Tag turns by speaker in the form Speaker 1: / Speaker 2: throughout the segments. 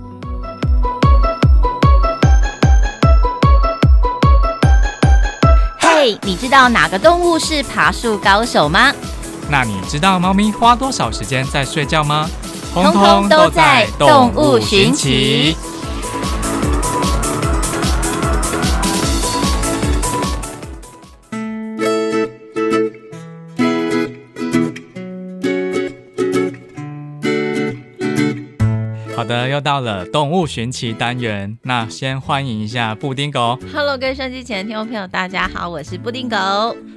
Speaker 1: 嘿，你知道哪个动物是爬树高手吗？
Speaker 2: 那你知道猫咪花多少时间在睡觉吗？通
Speaker 1: 通
Speaker 2: 通
Speaker 1: 都
Speaker 2: 都
Speaker 1: 在
Speaker 2: 在
Speaker 1: 动
Speaker 2: 动
Speaker 1: 物
Speaker 2: 物
Speaker 1: 寻
Speaker 2: 寻
Speaker 1: 奇
Speaker 2: 奇。好的，又到了动物寻奇单元，那先欢迎一下布丁狗。
Speaker 1: Hello，各位收机前的听众朋友，大家好，我是布丁狗。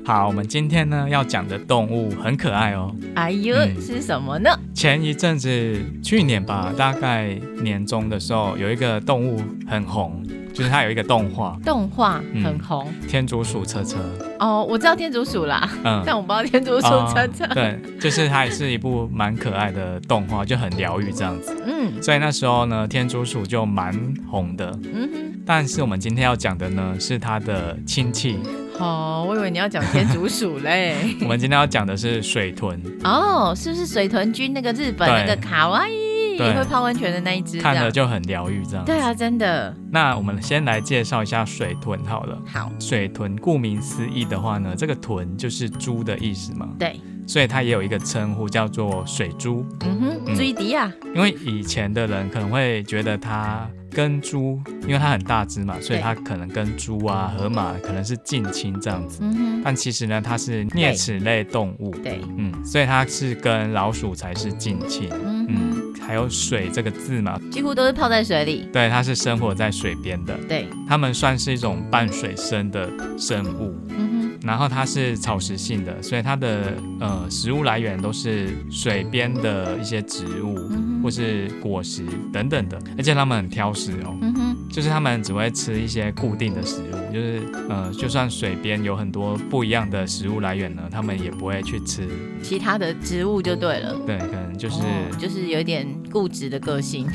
Speaker 2: 好，我们今天呢要讲的动物很可爱哦。
Speaker 1: 哎呦，
Speaker 2: 嗯
Speaker 1: 是什么呢？
Speaker 2: 前一阵子，去年吧，大概年中的时候，有一个动物很红，就是它有一个动画
Speaker 1: 动画
Speaker 2: 嗯
Speaker 1: 很红、
Speaker 2: 《天竺鼠车车》。
Speaker 1: 哦，我知道天竺鼠啦，
Speaker 2: 嗯，
Speaker 1: 但我不知道天竺鼠车车。
Speaker 2: 啊对，就是它也是一部蛮可爱的动画，就很疗愈这样子。
Speaker 1: 嗯
Speaker 2: 所以那时候呢，天竺鼠就蛮红的。
Speaker 1: 嗯
Speaker 2: 但是我们今天要讲的呢，是它的 亲戚。
Speaker 1: 哼，哦，我以为你要讲天竺鼠 嘞。
Speaker 2: 我们今天要讲的是水豚，
Speaker 1: 哦，是不是水豚君那个日本
Speaker 2: 对
Speaker 1: 那个卡哇伊
Speaker 2: 对
Speaker 1: 会泡温泉的那一只？
Speaker 2: 看了
Speaker 1: 这样
Speaker 2: 就很疗愈这样。
Speaker 1: 对啊，真的
Speaker 2: 那我们先来介绍一下水豚好了。
Speaker 1: 好。
Speaker 2: 水豚顾名思义的话呢，这个豚就是猪的意思嘛，
Speaker 1: 对，
Speaker 2: 所以它也有一个称呼叫做水猪。
Speaker 1: 嗯哼，
Speaker 2: 嗯
Speaker 1: 追迪亚，
Speaker 2: 因为以前的人可能会觉得它跟猪，因为它很大只嘛，所以
Speaker 1: 对
Speaker 2: 它可能跟猪啊、河马可能是近亲这样子。
Speaker 1: 嗯哼，
Speaker 2: 但其实呢，它是啮齿类动物，
Speaker 1: 对，
Speaker 2: 嗯，所以它是跟老鼠才是近亲。
Speaker 1: 嗯哼，
Speaker 2: 嗯，还有水这个字嘛，
Speaker 1: 几乎都是泡在水里。
Speaker 2: 对，它是生活在水边的，
Speaker 1: 对，
Speaker 2: 它们算是一种半水生的生物。
Speaker 1: 嗯
Speaker 2: 然后它是草食性的，所以它的呃食物来源都是水边的一些植物
Speaker 1: 嗯哼
Speaker 2: 或是果实等等的，而且它们很挑食哦
Speaker 1: 哼，，嗯哼，
Speaker 2: 就是它们只会吃一些固定的食物，就是呃就算水边有很多不一样的食物来源呢，它们也不会去吃，
Speaker 1: 其他的植物就对了。
Speaker 2: 对，可能就是、
Speaker 1: 哦就是有点固执的个性。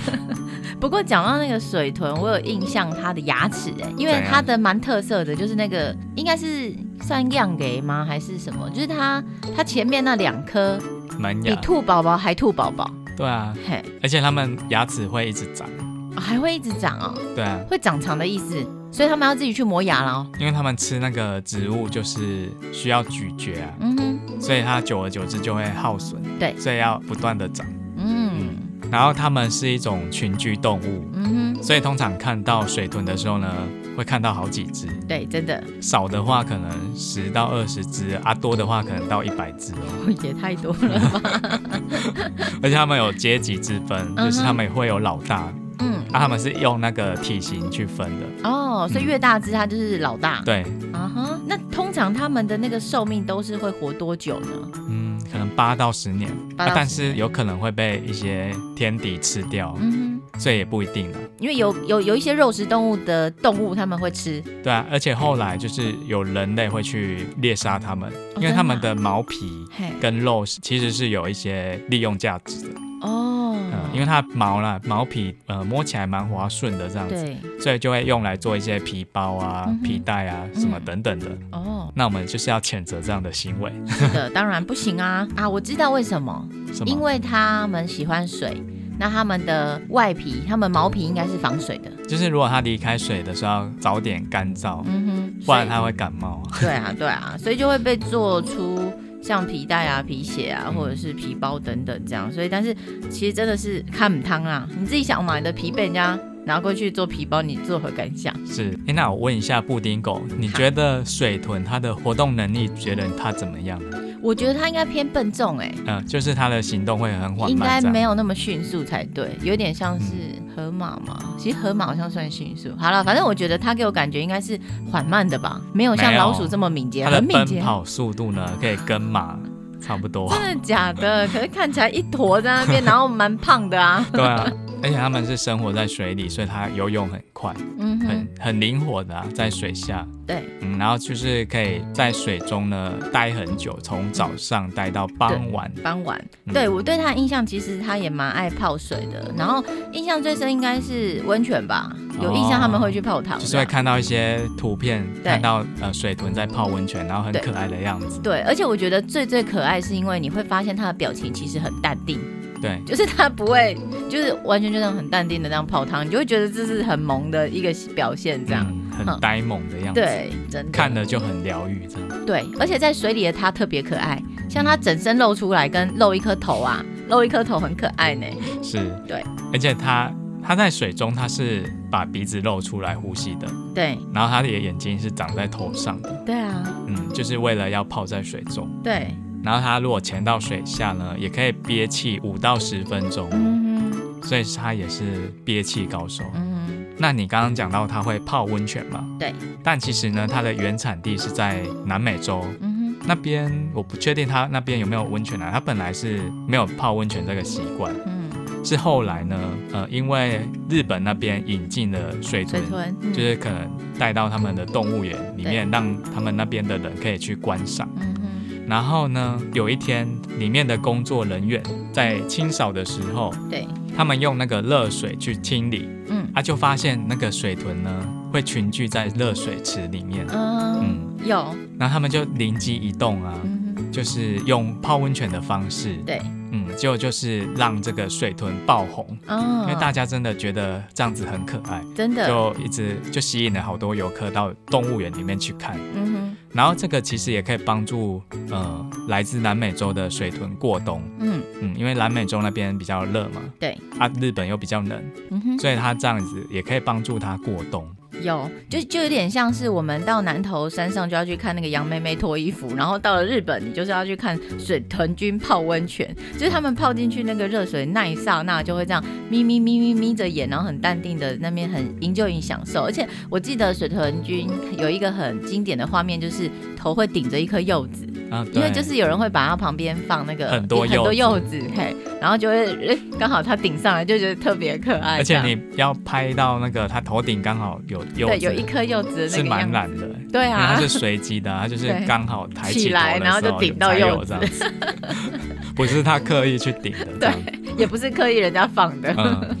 Speaker 1: 不过讲到那个水豚，我有印象它的牙齿哎，因为
Speaker 2: 怎样
Speaker 1: 它的蛮特色的，就是那个应该是算样给吗还是什么？就是它它前面那两颗
Speaker 2: 门
Speaker 1: 比
Speaker 2: 牙，
Speaker 1: 兔宝宝还兔宝宝，
Speaker 2: 对啊，
Speaker 1: 嘿，
Speaker 2: 而且它们牙齿会一直长，
Speaker 1: 哦还会一直长哦，
Speaker 2: 对啊，
Speaker 1: 会长长的意思，所以他们要自己去磨牙了哦。
Speaker 2: 因为它们吃那个植物就是需要咀嚼啊，
Speaker 1: 嗯哼，
Speaker 2: 所以它久而久之就会耗损，
Speaker 1: 对
Speaker 2: 所以要不断的长。
Speaker 1: 嗯
Speaker 2: 然后它们是一种群居动物，
Speaker 1: 嗯哼，
Speaker 2: 所以通常看到水豚的时候呢，会看到好几只，
Speaker 1: 对，真的
Speaker 2: 少的话可能十到二十只，啊多的话可能到一百只哦。
Speaker 1: 也太多了 吧？
Speaker 2: 而且它们有阶级之分，
Speaker 1: 嗯哼
Speaker 2: 就是它们会有老大，啊
Speaker 1: 嗯，
Speaker 2: 它们是用那个体型去分的。
Speaker 1: 哦，所以越大只它就是老大。
Speaker 2: 对，
Speaker 1: 啊哈，那通常他们的那个寿命都是会活多久呢？
Speaker 2: 嗯，可能八到十年，
Speaker 1: 八
Speaker 2: 啊
Speaker 1: 到
Speaker 2: 但
Speaker 1: 十
Speaker 2: 是有可能会被一些天敌吃掉，
Speaker 1: 嗯
Speaker 2: 所以也不一定了。
Speaker 1: 哼，因为有有有一些肉食动物的动物，他们会吃，
Speaker 2: 对啊，而且后来就是有人类会去猎杀它们，
Speaker 1: 哦
Speaker 2: 因为它们的毛皮
Speaker 1: 啊嘿，
Speaker 2: 跟肉是其实是有一些利用价值的，
Speaker 1: 哦，
Speaker 2: 嗯，因为它毛啦毛皮呃摸起来蛮滑顺的这样子，
Speaker 1: 对，
Speaker 2: 所以就会用来做一些皮包啊、
Speaker 1: 嗯哼
Speaker 2: 皮带啊什么
Speaker 1: 嗯
Speaker 2: 等等的。
Speaker 1: 哦，
Speaker 2: 那我们就是要谴责这样的行为，
Speaker 1: 是的，当然不行啊啊！我知道为什么，
Speaker 2: 什
Speaker 1: 因
Speaker 2: 么？
Speaker 1: 为他们喜欢水，那他们的外皮，他们毛皮应该是防水的，
Speaker 2: 就是如果它离开水的时候要早点干燥，
Speaker 1: 嗯哼，
Speaker 2: 不然
Speaker 1: 所以
Speaker 2: 它会感冒。
Speaker 1: 对啊对啊，所以就会被做出。像皮带啊、皮鞋啊，
Speaker 2: 嗯
Speaker 1: 或者是皮包等等这样，所以但是其实真的是看母汤啊，你自己想买的皮被人家拿过去做皮包，你作何感想？
Speaker 2: 是，哎，那我问一下布丁狗，你
Speaker 1: 好
Speaker 2: 觉得水豚它的活动能力，觉得它怎么样？
Speaker 1: 我觉得它应该偏笨重哎、
Speaker 2: 嗯、就是它的行动会很缓
Speaker 1: 应该
Speaker 2: 慢，这
Speaker 1: 没
Speaker 2: 样。
Speaker 1: 有那么迅速才对，有点像是河马嘛。其实河马好像算迅速。好了，反正我觉得它给我感觉应该是缓慢的吧，没有像
Speaker 2: 没有
Speaker 1: 老鼠这么敏捷，
Speaker 2: 它的
Speaker 1: 很敏
Speaker 2: 奔
Speaker 1: 捷。
Speaker 2: 跑速度呢，可以跟马差不多。
Speaker 1: 真的假的？可是看起来一坨在那边，然后蛮胖的啊。
Speaker 2: 对啊，而且它们是生活在水里，所以它游泳很快，
Speaker 1: 嗯
Speaker 2: 很
Speaker 1: 哼，
Speaker 2: 很灵活的、啊，在水下。
Speaker 1: 对，
Speaker 2: 嗯，然后就是可以在水中呢待很久，从早上待到傍晚。
Speaker 1: 傍晚。
Speaker 2: 嗯
Speaker 1: 对我对它印象，其实它也蛮爱泡水的。然后印象最深应该是温泉吧，有印象他们会去泡汤
Speaker 2: 哦就
Speaker 1: 这样。
Speaker 2: 是会看到一些图片，
Speaker 1: 对
Speaker 2: 看到呃水豚在泡温泉，然后很
Speaker 1: 对
Speaker 2: 可爱的样子。
Speaker 1: 对，而且我觉得最最可爱是因为你会发现它的表情其实很淡定。
Speaker 2: 对，
Speaker 1: 就是他不会，就是完全就那样很淡定的那样泡汤，你就会觉得这是很萌的一个表现，这样。
Speaker 2: 嗯很呆萌的样子，
Speaker 1: 对，真的
Speaker 2: 看了就很疗愈，这样。
Speaker 1: 对，而且在水里的它特别可爱，像它整身露出来跟露一颗头啊，露一颗头很可爱呢。
Speaker 2: 是，
Speaker 1: 对，
Speaker 2: 而且它它在水中它是把鼻子露出来呼吸的，
Speaker 1: 对，
Speaker 2: 然后它的眼睛是长在头上的，
Speaker 1: 对啊，
Speaker 2: 嗯，就是为了要泡在水中。
Speaker 1: 对，
Speaker 2: 然后它如果潜到水下呢，也可以憋气五到十分钟，
Speaker 1: 嗯哼
Speaker 2: 所以它也是憋气高手。
Speaker 1: 嗯
Speaker 2: 那你刚刚讲到它会泡温泉嘛？
Speaker 1: 对。
Speaker 2: 但其实呢，它的原产地是在南美洲
Speaker 1: 哼嗯
Speaker 2: 那边，我不确定它那边有没有温泉啊。它本来是没有泡温泉这个习惯，
Speaker 1: 哼嗯，
Speaker 2: 是后来呢，呃，因为日本那边引进了水
Speaker 1: 水
Speaker 2: 豚，
Speaker 1: 豚
Speaker 2: 就，是可能带到他们的动物园里
Speaker 1: 对
Speaker 2: 面，让他们那边的人可以去观赏。
Speaker 1: 嗯嗯
Speaker 2: 然后呢，有一天里面的工作人员在清扫的时候，
Speaker 1: 哼，对，
Speaker 2: 他们用那个热水去清理，啊
Speaker 1: 嗯
Speaker 2: 他就发现那个水豚呢会群聚在热水池里面，
Speaker 1: 嗯，
Speaker 2: 嗯，
Speaker 1: 有，
Speaker 2: 然后他们就灵机一动啊，
Speaker 1: 嗯哼，
Speaker 2: 就是用泡温泉的方式，
Speaker 1: 对，
Speaker 2: 嗯，结果就是让这个水豚爆红，因
Speaker 1: 哦，
Speaker 2: 为大家真的觉得这样子很可爱，
Speaker 1: 真的，
Speaker 2: 就一直就吸引了好多游客到动物园里面去看，
Speaker 1: 嗯哼，
Speaker 2: 然后这个其实也可以帮助呃来自南美洲的水豚过冬，
Speaker 1: 嗯
Speaker 2: 嗯，因为南美洲那边比较热嘛，
Speaker 1: 对，
Speaker 2: 啊，日本又比较冷，
Speaker 1: 嗯哼。
Speaker 2: 所以它这样子也可以帮助它过冬。
Speaker 1: 有，就就有点像是我们到南头山上就要去看那个杨妹妹脱衣服，然后到了日本，你就是要去看水豚君泡温泉，就是他们泡进去那个热水那一刹那就会这样眯眯眯眯眯着眼，然后很淡定的那边很营救营享受。而且我记得水豚君有一个很经典的画面，就是头会顶着一颗柚子，
Speaker 2: 啊，
Speaker 1: 因为就
Speaker 2: 对
Speaker 1: 是有人会把它旁边放那个
Speaker 2: 很多
Speaker 1: 很多柚
Speaker 2: 柚
Speaker 1: 子，嘿，然后就会 诶刚好它顶上来，就觉得特别可爱。
Speaker 2: 而
Speaker 1: 这
Speaker 2: 且
Speaker 1: 样
Speaker 2: 你要拍到那个它头顶刚好有柚
Speaker 1: 对
Speaker 2: 子，
Speaker 1: 有一颗柚子的那
Speaker 2: 是
Speaker 1: 个样
Speaker 2: 蛮
Speaker 1: 子
Speaker 2: 懒的，因为
Speaker 1: 对啊，
Speaker 2: 它是随机的，它就是
Speaker 1: 对
Speaker 2: 刚好抬
Speaker 1: 起
Speaker 2: 起头
Speaker 1: 来
Speaker 2: 的
Speaker 1: 然后
Speaker 2: 时
Speaker 1: 就
Speaker 2: 候
Speaker 1: 顶到
Speaker 2: 才
Speaker 1: 柚
Speaker 2: 有这样子，不是它刻意去 顶的。这样子
Speaker 1: 也不是刻意人家放的。
Speaker 2: 嗯，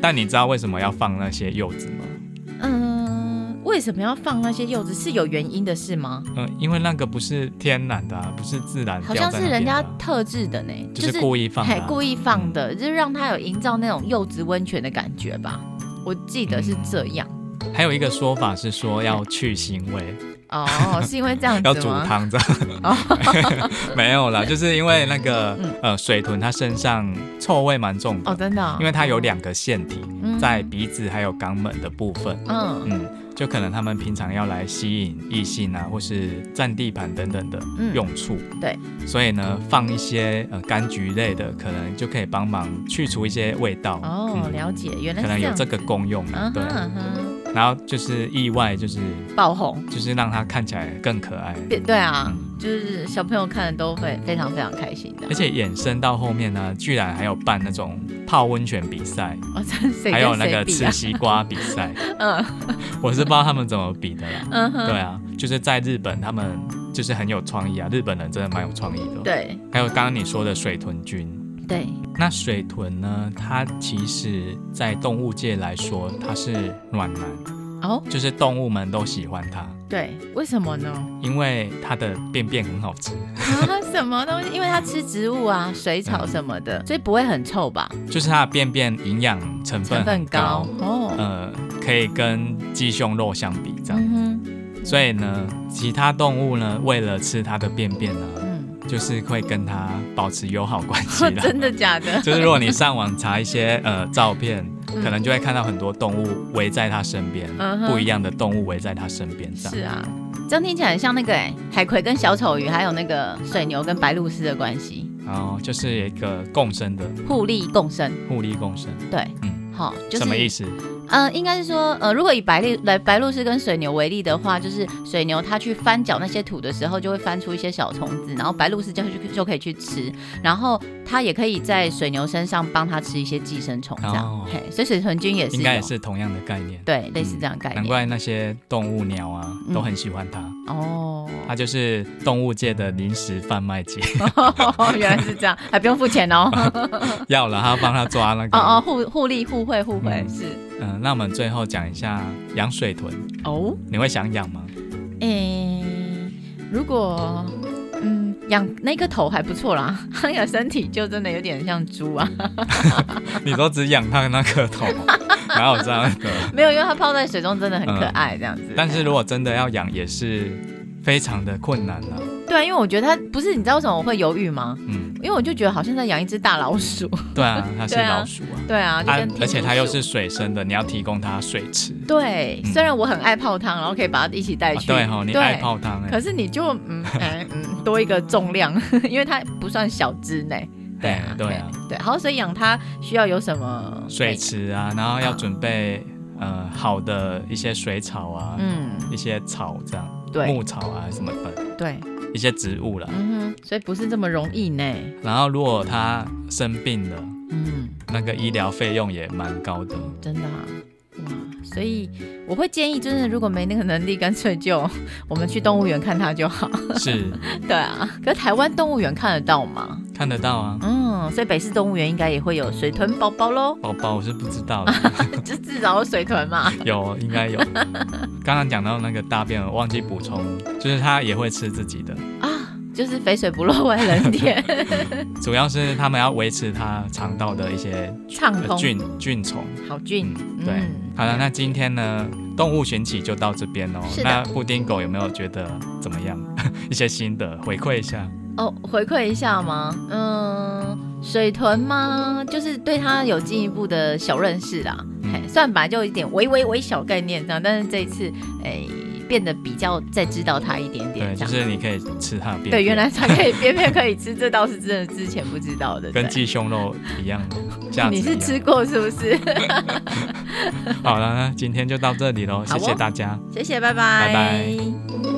Speaker 2: 但你知道为什么要放那些柚子吗？
Speaker 1: 嗯，为什么要放那些柚子？是有原因的事吗？
Speaker 2: 嗯，因为那个不是天然的、啊，不是自然
Speaker 1: 好
Speaker 2: 掉
Speaker 1: 像
Speaker 2: 在
Speaker 1: 是
Speaker 2: 那
Speaker 1: 人
Speaker 2: 边的
Speaker 1: 家
Speaker 2: 啊、
Speaker 1: 特制的呢，
Speaker 2: 就是故意放的、
Speaker 1: 嘿
Speaker 2: 啊。
Speaker 1: 故意放的，就是让它有营造那种柚子温泉的感觉吧。我记得是这样。
Speaker 2: 还有一个说法是说要去腥味，
Speaker 1: 哦，是因为这样
Speaker 2: 嗯 要
Speaker 1: 子
Speaker 2: 煮
Speaker 1: 吗？
Speaker 2: 汤这样。 没有啦，就是因为那个呃水豚它身上臭味蛮重的，
Speaker 1: 嗯哦，真的哦、
Speaker 2: 因为它有两个腺体
Speaker 1: 嗯
Speaker 2: 在鼻子还有肛门的部分，
Speaker 1: 嗯
Speaker 2: 嗯，就可能他们平常要来吸引异性啊，或是占地盘等等的
Speaker 1: 嗯
Speaker 2: 用处。
Speaker 1: 对，
Speaker 2: 所以呢，放一些呃柑橘类的，可能就可以帮忙去除一些味道。
Speaker 1: 哦，
Speaker 2: 嗯
Speaker 1: 了解，原来
Speaker 2: 可
Speaker 1: 是
Speaker 2: 能
Speaker 1: 这
Speaker 2: 有
Speaker 1: 样
Speaker 2: 这。个功用啊，
Speaker 1: 嗯哼
Speaker 2: 对。
Speaker 1: 嗯哼，
Speaker 2: 然后就是意外，就是
Speaker 1: 爆红。
Speaker 2: 就是让它看起来更可爱。
Speaker 1: 对对啊
Speaker 2: 嗯，
Speaker 1: 就是小朋友看了都会非常非常开心的
Speaker 2: 而。且衍生到后面呢，居然还有办那种泡温泉比赛，
Speaker 1: 哦，真谁
Speaker 2: 还有
Speaker 1: 跟
Speaker 2: 那
Speaker 1: 谁
Speaker 2: 个
Speaker 1: 比
Speaker 2: 吃
Speaker 1: 啊？
Speaker 2: 西瓜比 赛，
Speaker 1: 嗯
Speaker 2: 我是不知道他们怎么比的啦。
Speaker 1: 嗯哼，
Speaker 2: 对啊，就是在日本，他们就是很有创意啊，日本人真的蛮有创意的。，
Speaker 1: 对
Speaker 2: 还有刚刚你说的水豚君，
Speaker 1: 对，
Speaker 2: 那水豚呢，它其实在动物界来说，它是暖男，
Speaker 1: 哦
Speaker 2: 就是动物们都喜欢它，
Speaker 1: 对，为什么呢？
Speaker 2: 因为它的便便很好吃，
Speaker 1: 啊，什么东西？因为它吃植物啊、水草什么
Speaker 2: 嗯
Speaker 1: 的，所以不会很臭吧？
Speaker 2: 就是它的便便营养成分
Speaker 1: 成分
Speaker 2: 很
Speaker 1: 高
Speaker 2: 高。
Speaker 1: 哦。
Speaker 2: 呃，可以跟鸡胸肉相比这样，
Speaker 1: 嗯
Speaker 2: 所以呢，其他动物呢，为了吃它的便便呢，
Speaker 1: 哼，
Speaker 2: 就是会跟它保持友好关系
Speaker 1: 嗯，
Speaker 2: 啦。
Speaker 1: 真的假 的？
Speaker 2: 就是如果你上网查一些呃照片，
Speaker 1: 嗯
Speaker 2: 可能就会看到很多动物围在它身边，
Speaker 1: 嗯哼
Speaker 2: 不一样的动物围在它身边这样。
Speaker 1: 是啊，这样听起来很像那个哎、海葵跟小丑鱼，还有那个水牛跟白鹭鸶的关系，
Speaker 2: 然后就是一个共生的
Speaker 1: 互利共生。
Speaker 2: 互利共生，
Speaker 1: 对，
Speaker 2: 嗯
Speaker 1: 好，就是
Speaker 2: 什么意
Speaker 1: 思？
Speaker 2: 思？
Speaker 1: 呃，应该是说，呃，如果以白鹭来白鹭鸶跟水牛为例的话，就是水牛它去翻搅那些土的时候，就会翻出一些小虫子，然后白鹭鸶就去就可以去吃。然后它也可以在水牛身上帮它吃一些寄生虫，这样。
Speaker 2: 哦
Speaker 1: 嘿，所以水豚菌也是
Speaker 2: 应该也
Speaker 1: 有
Speaker 2: 是同样的概念。
Speaker 1: 对类似这样的概
Speaker 2: 难
Speaker 1: 念。
Speaker 2: 怪那些动物鸟啊
Speaker 1: 嗯
Speaker 2: 都很喜欢它，
Speaker 1: 哦，
Speaker 2: 它就是动物界的临时贩卖机。
Speaker 1: 原来是这样，还不用付钱 哦。
Speaker 2: 要了，它帮它抓那
Speaker 1: 哦哦，
Speaker 2: 个。
Speaker 1: 互互利互惠互惠
Speaker 2: 嗯
Speaker 1: 是
Speaker 2: 嗯，那我们最后讲一下养水豚，
Speaker 1: 哦，
Speaker 2: 你会想养吗？
Speaker 1: 诶，如果。嗯，养那个头还不错啦， 它 那个身体就真的有点像猪啊。
Speaker 2: 你都只养它那个头，哪有这样的？
Speaker 1: 没有，因为它泡在水中真的很可爱，这样子。
Speaker 2: 嗯但是如果真的要养，也是非常的困难了、
Speaker 1: 对啊，因为我觉得它不是，你知道为什么我会犹豫吗？
Speaker 2: 嗯，
Speaker 1: 因为我就觉得好像在养一只大老 鼠。
Speaker 2: 对啊，它是
Speaker 1: 对啊
Speaker 2: 老鼠啊，
Speaker 1: 对啊，就
Speaker 2: 它
Speaker 1: 跟天竺
Speaker 2: 而且它又
Speaker 1: 鼠
Speaker 2: 是水生的，你要提供它水池。
Speaker 1: 对，
Speaker 2: 嗯
Speaker 1: 虽然我很爱泡汤，然后可以把它一起带
Speaker 2: 啊
Speaker 1: 去。
Speaker 2: 对哈，你爱泡汤哎
Speaker 1: 可，是你就嗯嗯嗯多一个重量， 因为它不算小只呢。对啊
Speaker 2: 嘿，对啊，
Speaker 1: 对，好，所以养它需要有什么
Speaker 2: 水？池啊，然后要准备呃好的一些水草啊，
Speaker 1: 嗯，
Speaker 2: 一些草这样，
Speaker 1: 对
Speaker 2: 牧草啊什么的，
Speaker 1: 对，
Speaker 2: 一些植物啦。
Speaker 1: 嗯哼，所以不是这么容易呢。
Speaker 2: 然后如果它生病了，
Speaker 1: 嗯，
Speaker 2: 那个医疗费用也蛮高的。
Speaker 1: 真的啊，哇，所以我会建议，真的如果没那个能力，干脆就我们去动物园看它就好。
Speaker 2: 是
Speaker 1: 对啊，可是台湾动物园看得到吗？
Speaker 2: 看得到 啊，
Speaker 1: 嗯，所以北市动物园应该也会有水豚宝宝 喽，
Speaker 2: 宝宝我是不知道的，
Speaker 1: 就至少有水豚嘛。
Speaker 2: 有应该有。刚刚讲到那个大便，我忘记补充，就是它也会吃自己的，
Speaker 1: 啊，就是肥水不落外人田，
Speaker 2: 主要是它们要维持它肠道的一些
Speaker 1: 畅
Speaker 2: 呃
Speaker 1: 通，
Speaker 2: 菌菌虫。
Speaker 1: 好菌。
Speaker 2: 嗯，对
Speaker 1: 嗯。
Speaker 2: 好了，那今天呢，动物寻奇就到这边哦。
Speaker 1: 是的
Speaker 2: 那布丁狗有没有觉得怎么样？ 一些心得回馈一下。
Speaker 1: 哦，回馈一下吗？嗯，水豚吗？就是对它有进一步的小认识啦。
Speaker 2: 嗯
Speaker 1: 嘿，虽然本来就有一点微微微小概念这样，但是这一次，哎、变得比较再知道它一点点
Speaker 2: 对，
Speaker 1: 这
Speaker 2: 就
Speaker 1: 样。
Speaker 2: 是你可以吃它的便便。
Speaker 1: 对，原来它可以边边可以吃，这倒是真的之前不知道的。
Speaker 2: 跟
Speaker 1: 对
Speaker 2: 鸡胸肉一样的价值
Speaker 1: 你
Speaker 2: 一
Speaker 1: 是
Speaker 2: 样。
Speaker 1: 吃过是不是？
Speaker 2: 好了，那今天就到这里喽，
Speaker 1: 好
Speaker 2: 谢
Speaker 1: 哦
Speaker 2: 谢大家。
Speaker 1: 谢谢，拜
Speaker 2: 拜
Speaker 1: 拜
Speaker 2: 拜